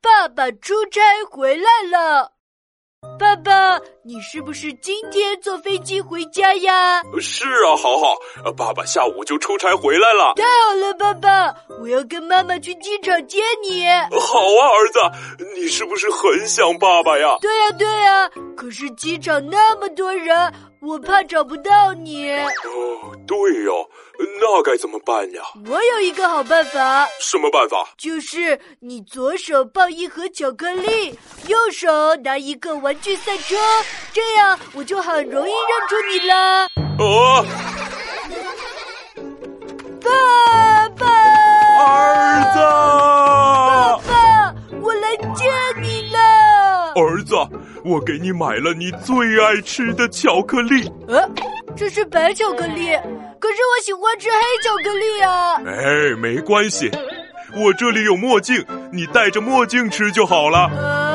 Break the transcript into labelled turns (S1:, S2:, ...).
S1: 爸爸出差回来了。爸爸，你是不是今天坐飞机回家呀？
S2: 是啊，豪豪，呃爸爸下午就出差回来了。
S1: 太好了，爸爸，我要跟妈妈去机场接你。
S2: 好啊，儿子，你是不是很想爸爸呀？哦
S1: 对呀、对呀、可是机场那么多人，我怕找不到你。
S2: 哦，对哦，那该怎么办呀？
S1: 我有一个好办法，
S2: 什么办法？
S1: 就是你左手抱一盒巧克力，右手拿一个玩具赛车，这样我就很容易认出你了。
S2: 啊，
S1: 爸爸，
S2: 儿子，
S1: 爸爸，我来接你了。
S2: 儿子，我给你买了你最爱吃的巧克力。
S1: 呃、这是白巧克力，可是我喜欢吃黑巧克力啊。
S2: 哎，没关系，我这里有墨镜，你戴着墨镜吃就好了。
S1: 呃。啊